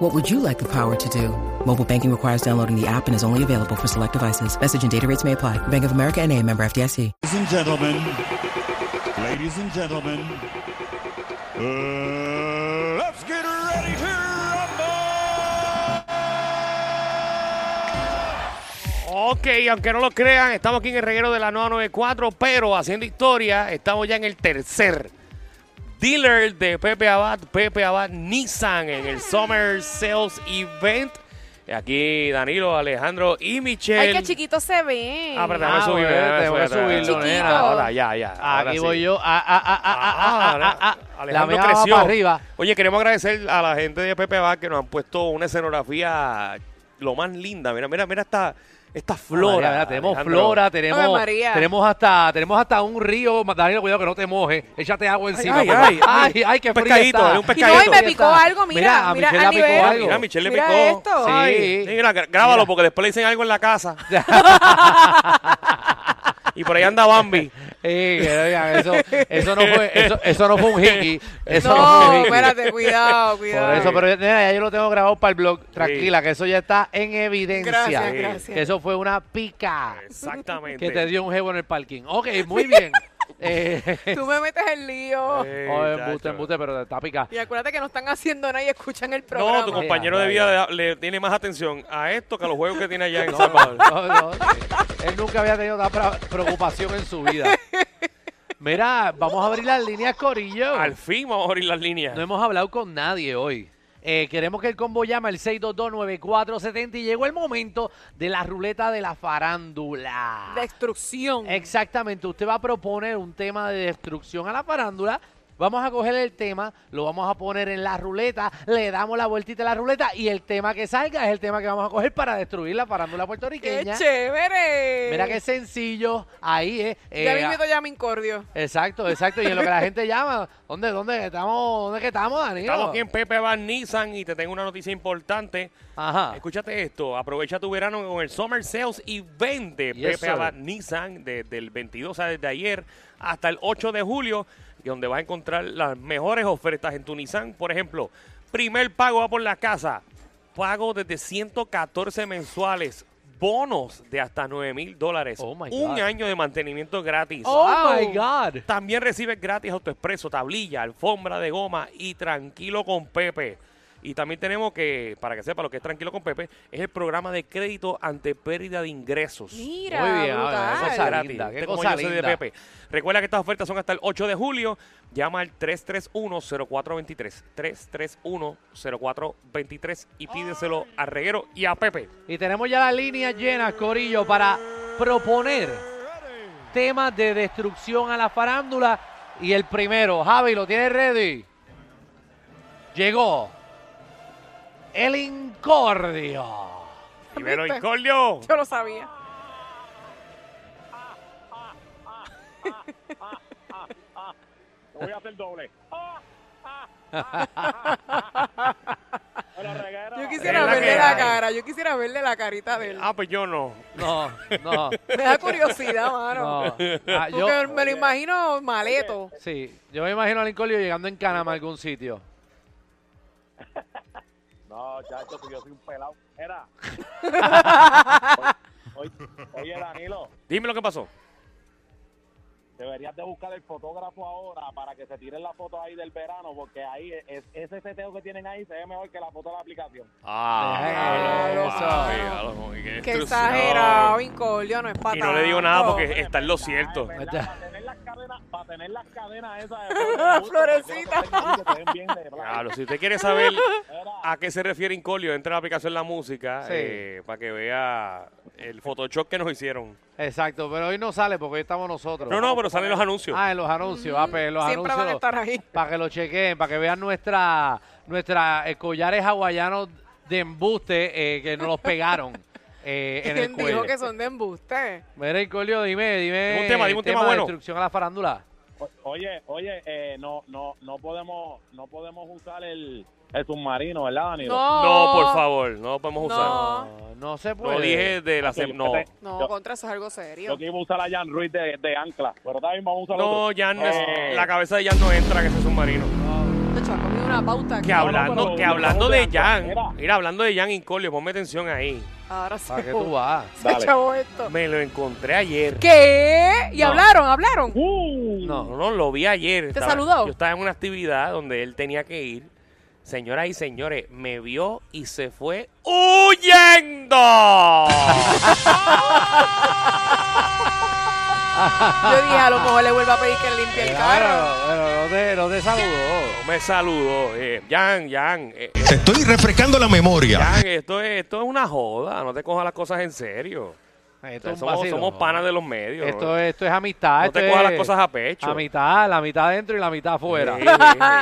What would you like the power to do? Mobile banking requires downloading the app and is only available for select devices. Message and data rates may apply. Bank of America and a member FDIC. Ladies and gentlemen, ladies and gentlemen, uh, let's get ready to Ok, aunque no lo crean, estamos aquí en el reguero de la 994, pero haciendo historia, estamos ya en el tercer dealer de Pepe Abad, Pepe Abad Nissan, en el Summer Sales Event. Aquí Danilo, Alejandro y Michelle. Ay, qué chiquito se ve. Ah, pero déjame Ah, subirlo, bueno, déjame te voy a subirlo, déjame subirlo, subirlo. nena. Ahora, ya, ya. ahora Aquí sí. voy yo. Ah, ah, ah, ah, ah, ah, ah, ah. La Alejandro mía va creció. para arriba. Oye, queremos agradecer a la gente de Pepe Abad que nos han puesto una escenografía lo más linda. Mira, mira, mira esta, esta flora. María, Ah, mira, tenemos Alejandro. flora, tenemos, Ave María. tenemos hasta, tenemos hasta un río. Daniel, cuidado que no te mojes. Échate agua Ay, encima. ay, papá. ay, ay. ay, ay, qué Un fría pescadito, está. un Y no, y pescadito. me picó algo, Mira, mira, a mira, Michelle a la picó nivel. algo. Mira, Michelle le Mira picó. esto. Sí. Ay. Mira, gra- grábalo porque después le dicen algo en la casa. y por ahí anda Bambi. Eh, que no digan eso, eso no fue, eso, eso no fue un hickey. Eso no, fue un No, hickey. espérate, cuidado, cuidado. Por eso, pero nena, ya yo lo tengo grabado para el blog. Tranquila, que eso ya está en evidencia. Gracias, Sí. gracias. Que eso fue una pica Exactamente. que te dio un jevo en el parking. Ok, muy bien. eh, Tú me metes en lío. Eh, Oh, embuste, chacho. embuste, pero está pica. Y acuérdate que no están haciendo nada y escuchan el programa. No, tu com- compañero de Ay, vida le tiene más atención a esto que a los juegos que tiene allá en No, San Pablo. no, no, no. Él nunca había tenido tanta pre- preocupación en su vida. Mira, vamos a abrir las líneas, Corillo. Al fin vamos a abrir las líneas. No hemos hablado con nadie hoy. Eh, queremos que el combo llame al 622-9470 y llegó el momento de la ruleta de la farándula. Destrucción. Exactamente, usted va a proponer un tema de destrucción a la farándula. Vamos a coger el tema, lo vamos a poner en la ruleta, le damos la vueltita a la ruleta y el tema que salga es el tema que vamos a coger para destruir la farándula ¡Qué puertorriqueña. chévere! Mira eh, ah. qué sencillo, ahí es. Ya vivido ya mi incordio. exacto, exacto. Y en lo que la gente llama, ¿dónde, dónde estamos? ¿Dónde que estamos, Danilo? Estamos aquí en Pepe Van Nissan y te tengo una noticia importante. Ajá. Escúchate esto, aprovecha tu verano con el Summer Sales y vende Yes, Pepe Abad sir. Nissan desde el 22, o sea, desde ayer hasta el 8 de julio, y donde vas a encontrar las mejores ofertas en tu Nissan. Por ejemplo, primer pago va por la casa, pago desde 114 mensuales, bonos de hasta 9 mil dólares, Oh, my un God. año de mantenimiento gratis. Oh my God. También recibes gratis autoexpreso, tablilla, alfombra de goma y tranquilo con Pepe. Y también tenemos que, para que sepa lo que es Tranquilo con Pepe, es el programa de crédito ante pérdida de ingresos. Mira, Muy bien, ahora, brutal. eso Cosa gratis. linda, qué Usted como cosa yo soy de linda. Pepe. Recuerda que estas ofertas son hasta el 8 de julio. Llama al 331-0423. 331-0423 y pídeselo a Reguero y a Pepe. Y tenemos ya las líneas llenas, Corillo, para proponer temas de destrucción a la farándula. Y el primero, Javi, ¿lo tienes ready? Llegó. El incordio. Primero, ¿Viste? Incordio. Yo lo sabía. Voy a hacer doble. Hola, reguero. Yo quisiera Es la que verle la hay. cara, yo quisiera verle la carita de él. Ah, pues yo no. No, no, Me da curiosidad, mano. no. Ah, yo, Porque me lo imagino maleto. sí, yo me imagino al incordio llegando en Canama a algún sitio. No, chacho, que yo soy un pelado. Era. Oye, oye, Danilo, Dime lo que pasó. deberías de buscar el fotógrafo ahora para que se tiren la foto ahí del verano, porque ahí es, ese seteo que tienen ahí se ve mejor que la foto de la aplicación. Ah, Déjalo, papi, déjalo, qué Qué intrusión. exagerado, Incordio, no es para Y no le digo nada porque está en lo cierto. Ah, es verdad, Para tener las cadenas, para tener las cadenas esas. de flores, Florecita. que se ven bien de blanco. Claro, si usted quiere saber Era, a qué se refiere Incolio, entra a la aplicación La Música Sí. eh, para que vea el Photoshop que nos hicieron. Exacto, pero hoy no sale porque hoy estamos nosotros. No, no, pero salen los anuncios. Ah, en los anuncios, ah, pues, en los Siempre van a anuncios. estar ahí. para que lo chequen, para que vean nuestra, nuestra eh, collares hawaianos de embuste eh, que nos los pegaron. eh, en el ¿Quién dijo cuello. que son de embuste? Mira, Colio, dime, dime. Dime un tema, dime un el tema de bueno. destrucción a la farándula. O- Oye, oye, eh, no, no, no podemos, no podemos usar el, el submarino, ¿verdad, Danilo? No, No, por favor, no podemos No. usar. No, no se puede. Lo dije de la sem- No. No, Yo- contra eso es algo Yo serio. que iba a usar a Jan Ruiz de, de ancla, pero también vamos a usar No, otro. ya no Eh, es- la cabeza de Jan no entra en ese submarino. De hecho, ha comido una pauta aquí. Que hablando, pero que hablando de estamos Jan, hablando, mira. mira, hablando de Jan Incolio, ponme atención ahí. Ahora ¿Para se, qué tú vas? se Dale. echó esto. Me lo encontré ayer. ¿Qué? ¿Y No. hablaron? ¿Hablaron? ¡Uh! No. No, no, lo vi ayer. ¿Te saludó? Yo estaba en una actividad donde él tenía que ir. Señoras y señores, me vio y se fue huyendo. Yo dije, a lo mejor le vuelvo a pedir que limpie el carro. Claro, pero no te, no te saludó. No me saludó. eh, Jan, Jan, eh, eh, Te estoy refrescando la memoria. Jan, esto es, esto es una joda. No te cojas las cosas en serio. O Esto sea, es un somos, vacilo, somos ¿no? panas de los medios. Esto es, esto es amistad. No te esto cojas las es cosas a pecho. A mitad, la mitad adentro y la mitad afuera. Sí, sí,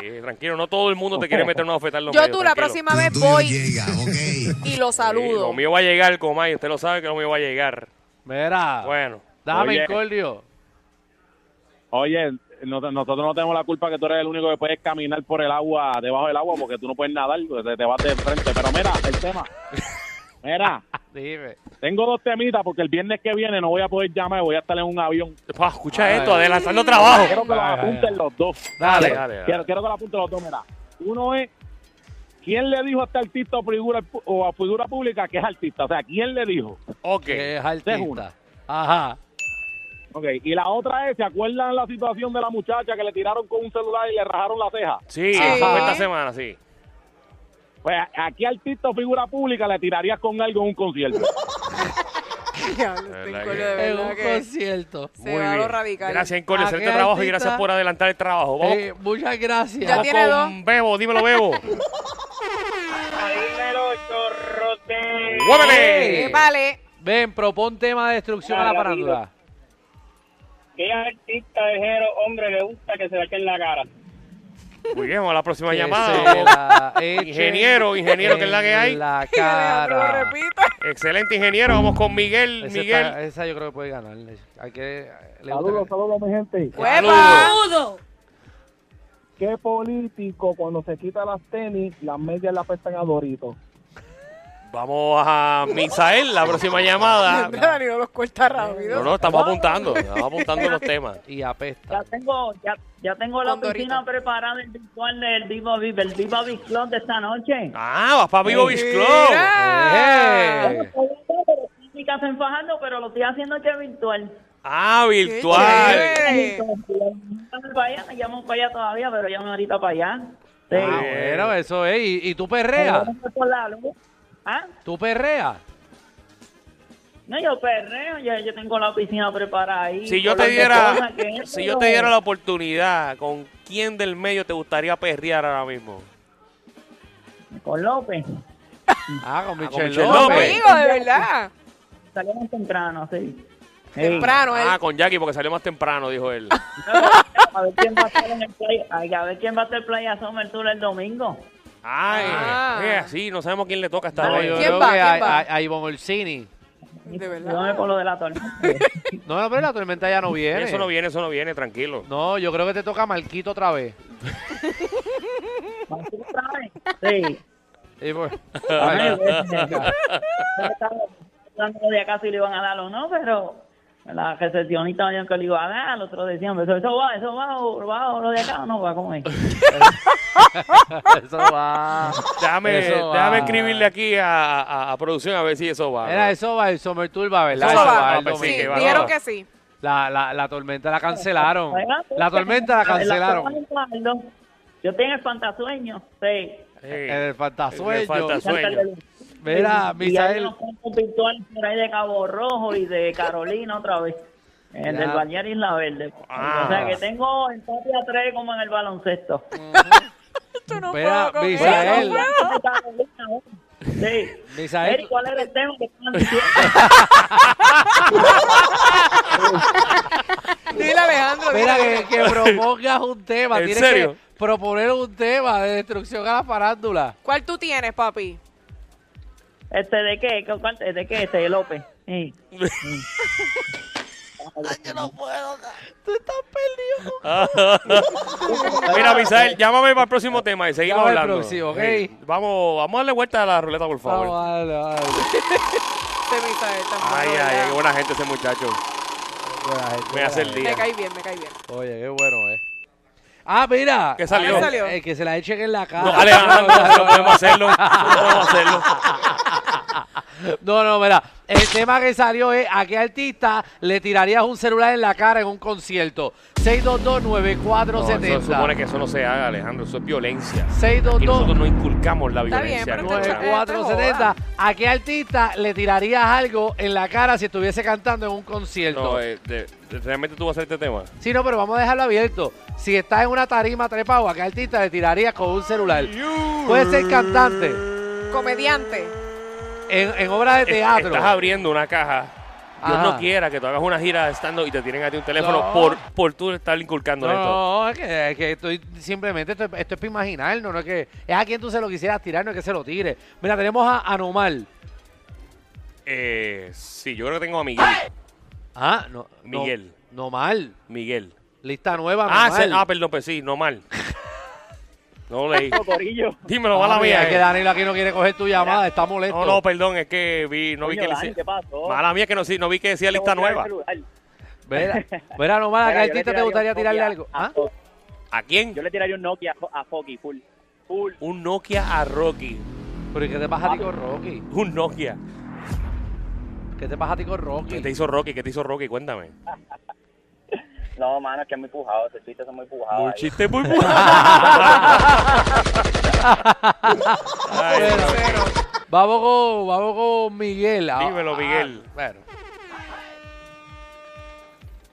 sí, tranquilo, no todo el mundo te quiere meter una oferta en los Yo medios, tú la tranquilo. próxima vez Lo tuyo voy llega, ok. y lo Sí, saludo. lo mío va a llegar, Comay. Usted lo sabe que lo mío va a llegar. Mira, Bueno. dame Oye. incordio. Oye, no- nosotros no tenemos la culpa que tú eres el único que puedes caminar por el agua, debajo del agua, porque tú no puedes nadar, porque te, te vas de frente. Pero mira, el tema. Mira, Dime. tengo dos temitas, porque el viernes que viene no voy a poder llamar, voy a estar en un avión. Pa, escucha Ay. esto, adelantando trabajo. Quiero que los Ay, ay, ay. apunten los dos. Dale, dale, Dale. dale. Quiero, quiero que lo apunten los dos, mira. Uno es, ¿quién le dijo a este artista o figura, o a figura pública que es artista? O sea, ¿quién le dijo? Ok. Que es Esa es artista. una. Ajá. Ok, y la otra es, ¿se acuerdan la situación de la muchacha que le tiraron con un celular y le rajaron la ceja? Sí, Ajá. eso fue esta semana, sí. Pues aquí artista o figura pública le tirarías con algo en un concierto. Diablo, este Verdad encolio que- de En verdad un que concierto. se va a lo radical. Gracias, Encolio. ¿A Excelente qué trabajo y artista? gracias por adelantar el trabajo. Vamos, Eh, muchas gracias. Ya vamos tiene con Bebo, dímelo, Bebo. Eh, ¡Muévele! vale. Ven, propón tema de destrucción a la Mira, parándula. ¿Qué artista vejero hombre le gusta que se le eche en la cara? Muy bien, vamos a la próxima Que se llamada. Oh. la echen Ingeniero, ingeniero, que es la que en hay. La Y Alejandro lo cara. repite. Excelente ingeniero, vamos con Miguel. Esa, Miguel. está- esa yo creo que puede ganar. Hay que, le gusta Saludos, ganar. saludos, mi gente. ¡Huepa! ¿Qué político cuando se quita las tenis, las medias le apestan a Dorito? Vamos a Misael, la próxima llamada. Danilo los corta rápido. No, no, estamos apuntando, estamos apuntando los temas. Y apesta. Ya tengo, ya, ya tengo la Con Dorito. piscina preparada el virtual del Viva Viva, el Viva Viva Club de esta noche. Ah, vas para Vivo Beach Club. Mira. Eh. Las chicas en Fajardo, pero lo estoy haciendo este virtual. Ah, Qué virtual. chévere. Vamos para allá, ya vamos para allá todavía, pero ya me ahorita para allá. Sí. Ah, bueno, eso es. ¿Y, y tú perreas? Vamos por la luz. ¿Ah? ¿Tú perreas? No, yo perreo, ya yo tengo la piscina preparada ahí. Si yo con te las diera, personas que pues, si entro. yo te diera la oportunidad, ¿con quién del medio te gustaría perrear ahora mismo? Con López. Ah, con Michelle, Michelle López. Amigo, de verdad. Salimos temprano, sí. Temprano, él. Ah, con Jackie, porque salió más temprano, dijo él. A ver quién va a estar en el play, ay, a ver quién va a estar Playa Summer Tour el domingo. Ay, Ah. eh, sí, no sabemos quién le toca esta No, vez. yo ¿Quién creo va? que ¿Quién a, va? a- a Ivonne Orsini. De Dígame verdad. por lo de la tormenta. No, no, pero la tormenta ya no viene. Eso no viene, eso no viene, tranquilo. No, yo creo que te toca Marquito otra vez. Sí. Y pues- Ay, Ay, güey, venga. Estaba hablando de acá si le iban a dar o no, pero la recepcionista dijo que le iba a dar, el otro decían, eso, eso va, eso va, o va, o lo de acá o no va, ¿cómo es? eso va. Déjame, Eso va. déjame escribirle aquí a, a- a producción a ver si eso va. Era eso va el Summer Tour, va, ¿verdad? Eso Eso va. va el Ah, pues sí, domingo. Sí, que va, dijeron va. que sí. La, la, la tormenta la cancelaron. La tormenta la La cancelaron. tormenta, no. Yo tengo el fantasueño, sí. Sí. El El fantasueño. fantasueño. Sueño. Mira, Y- y hay Misael. unos puntos virtuales por ahí de Cabo Rojo y de Carolina otra vez. El Ya. del Bañar Isla Verde. Ah. O sea que tengo empate a tres como en el baloncesto. Yo no Espera, puedo con Misael. eso, no De Carolina, ¿eh? Sí. Misael. Eric, ¿cuál era el tema que estaban diciendo? puedo. Dile, Alejandro. Mira dile. que, que propongas un tema. ¿En Tienes serio? que proponer un tema de destrucción a la farándula. ¿Cuál tú tienes, papi? Este, ¿de qué? ¿Cu- cuál- ¿De qué? Este, de López. Sí. Mira, Misael, llámame para el próximo tema y seguimos Llama al hablando. próximo, ok. Sí. Vamos, vamos a darle vuelta a la ruleta, por favor. Vamos, dale, dale. Este Misael tan Ay, bueno, ay, ¿verdad? qué buena gente ese muchacho. Buena gente, Me hace el buena día. Me cae bien, me cae bien. gente. Oye, qué bueno, eh. Ah, mira. ¿Qué salió? El- ¿Qué salió? el que se la echen en la cara. No, Alejandro, no podemos hacerlo. No podemos hacerlo. No, no, mira. El tema que salió es a qué artista le tirarías un celular en la cara en un concierto. No, eso 6229470. supone que eso no se haga, Alejandro. Eso es violencia. Y 622 nosotros no inculcamos la Está violencia. bien, pero Nosotros- está- 9470. ¿A qué artista le tirarías algo en la cara si estuviese cantando en un concierto? No, eh, de- de- realmente tú vas a hacer este tema. Sí, no, pero vamos a dejarlo abierto. Si estás en una tarima trepado, ¿a qué artista le tirarías con un celular? Puede ser cantante, Comediante. en, en obras de Es- teatro. Estás abriendo una caja. Dios Ajá. no quiera que tú hagas una gira estando y te tienen a ti un teléfono No. por, por tú estar inculcando no, esto. no, es que, es que estoy simplemente, esto, esto es para imaginar, no, no es que es a quien tú se lo quisieras tirar, no es que se lo tire. Mira, tenemos a Anomal. Eh, sí, yo creo que tengo a Miguel. Ah, no. no- Miguel. No mal. Miguel. Lista nueva. Ah, Anomal. se- ah, perdón, pues sí, no mal. No lo leí. Corillo. Dímelo, Ah, mala mira, mía. Es que eh. Danilo aquí no quiere coger tu llamada, está molesto. No, no, perdón, es que vi, no vi Coño, que le Dani, hice- ¿qué pasó? Mala mía que no, sí, no vi que decía lista nueva. Mira, mira, Anomal, ¿a qué Mira, yo le artista te tiraría gustaría un tirarle Nokia algo? a ¿Ah? Fo- ¿A quién? Yo le tiraría un Nokia a Fo- a Foki, full. Full. Un Nokia a Rocky. ¿Pero ¿y qué te pasa a ti con Rocky? Un Nokia. ¿Qué te pasa a ti con ¿Qué te Rocky? hizo Rocky? ¿Qué te hizo Rocky? Cuéntame. No, mano, es que es muy pujado. Esos chistes son muy pujados. Un ahí. chiste muy Ay, Bueno, vamos, con, vamos con Miguel. Ah, Dímelo, Miguel. ah, bueno.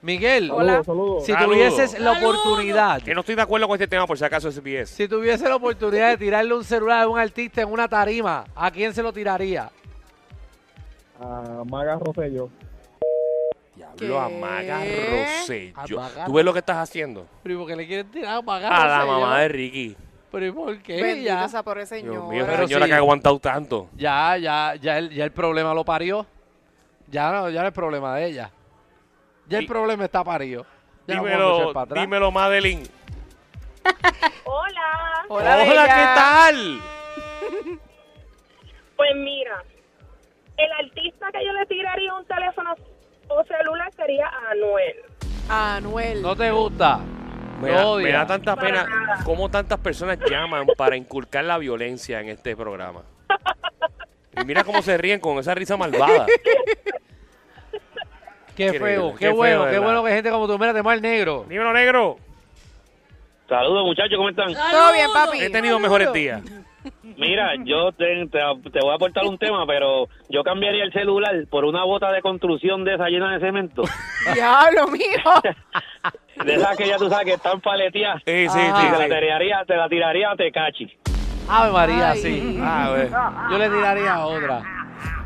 Miguel, Hola. si Saludos. tuvieses la oportunidad, Que no estoy de acuerdo con este tema, por si acaso es BS. si tuviese la oportunidad de tirarle un celular a un artista en una tarima, ¿a quién se lo tiraría? Diablo, amaga ¿Qué? Rosselló. Amaga- ¿Tú ves lo que estás haciendo? Pero ¿y por qué le quieren tirar a pagar? A la mamá de Ricky. Pero ¿y por qué? Bendito ya, esa pobre Dios mío, señora. esa Pero señora sí. que ha aguantado tanto. ya, ya, ya el, ya el problema lo parió. Ya no, ya no es problema de ella. Ya el Di- problema está parido. Ya no podemos Dímelo, echar para atrás. dímelo, Madeline. Hola, Hola, bella. ¿qué tal? pues mira, el artista que yo le tiraría un teléfono o celular sería a Anuel. Anuel. No te gusta. Me Lo da, odia. me da tanta Para pena nada. cómo tantas personas llaman para inculcar la violencia en este programa. Y mira cómo se ríen con esa risa malvada. Qué Qué feo, increíble, qué, qué bueno, feo, qué ¿verdad? bueno que gente como tú. Mira, tenemos al negro. Dímelo, negro. Saludos, muchachos, ¿cómo están? Todo bien, papi. He tenido mejores días. Mira, yo te, te- te voy a aportar un tema, pero yo cambiaría el celular por una bota de construcción de esa llena de cemento. Diablo, mijo. De esas que ya tú sabes que están paleteadas. Sí, sí, Y te la sí. sí. tiraría, te la tiraría a Tecachi. Ave María, Ay. sí. Ah, A ver. Yo le tiraría otra.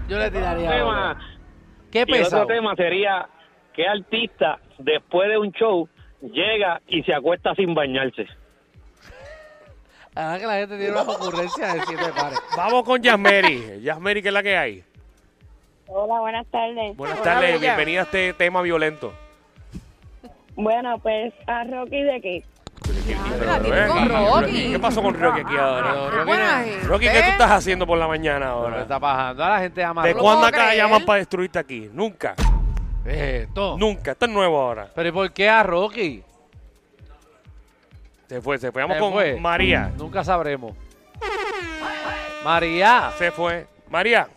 Yo le tiraría Tema, otra. Qué y el pesado. otro tema sería, ¿qué artista después de un show llega y se acuesta sin bañarse? La verdad Ah, que la gente tiene una ocurrencia de siete pares. Vamos con Yasmeri. Yasmeri, ¿qué es la que hay? Hola, buenas tardes. Buenas Hola, tardes, bella. bienvenida a este tema violento. Bueno, pues a Rocky de aquí. la tiene Pero, con eh, Rocky. Ah, ¿Qué pasó con Rocky aquí ahora? Pero, buena Rocky, gente. Rocky, ¿qué tú estás haciendo por la mañana no- no ahora? está bajando. A la gente ama. ¿De lo cuándo puedo acá creer. llaman para destruirte aquí? Nunca, Esto. nunca. Esto es nuevo ahora. Pero ¿y por qué a Rocky? Se fue, se fue. Vamos Se con fue. María. Nunca sabremos. María. Se fue. María,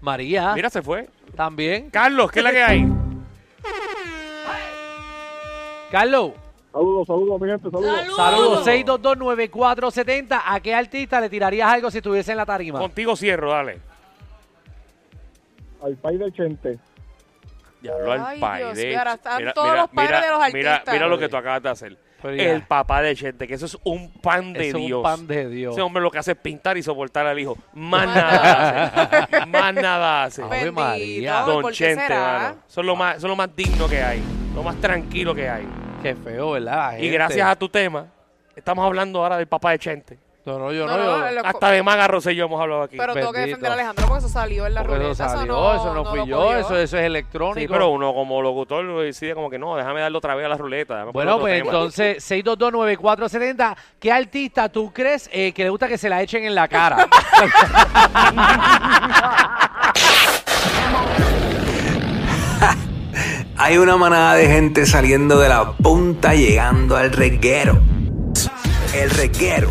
María. mira, se fue. También. Carlos, ¿qué es la que hay? Carlos. Saludos, saludos, mi gente, saludos. Saludos. 6229470. ¿A qué artista le tirarías algo si estuviese en la tarima? Contigo cierro, dale. Al país del Chente. Ya habló al Ay, pai Dios de mío, ahora Ch- están todos los padres de los mira- artistas. mira lo que tú acabas de hacer. Pero ya. el papá de Chente, que eso es un pan de Pues Eso es un Dios. pan de Dios. Ese hombre lo que hace es pintar y soportar al hijo. Más nada hace. Más nada hace. Ave Bendito, María. ¿por Don qué Chente, será? mano. Eso es, lo más, eso es lo más digno que hay. Lo más tranquilo que hay. Qué feo, ¿verdad? La Y gente. gracias a tu tema, estamos hablando ahora del papá de Chente. No, no, yo No, no, no, yo- lo- Hasta de Maga Rosselló hemos hablado aquí. Pero tengo que Bendito. defender a Alejandro porque eso salió en la Porque ruleta. eso salió, no, eso no lo fui yo, cogió. eso, eso es electrónico. Sí, pero uno como locutor decide como que no, déjame darle otra vez a la ruleta. déjame poner Bueno, otro pues tema. entonces, 6229470, ¿qué artista tú crees eh, que le gusta que se la echen en la cara? Hay una manada de gente saliendo de la punta llegando al reguero. El reguero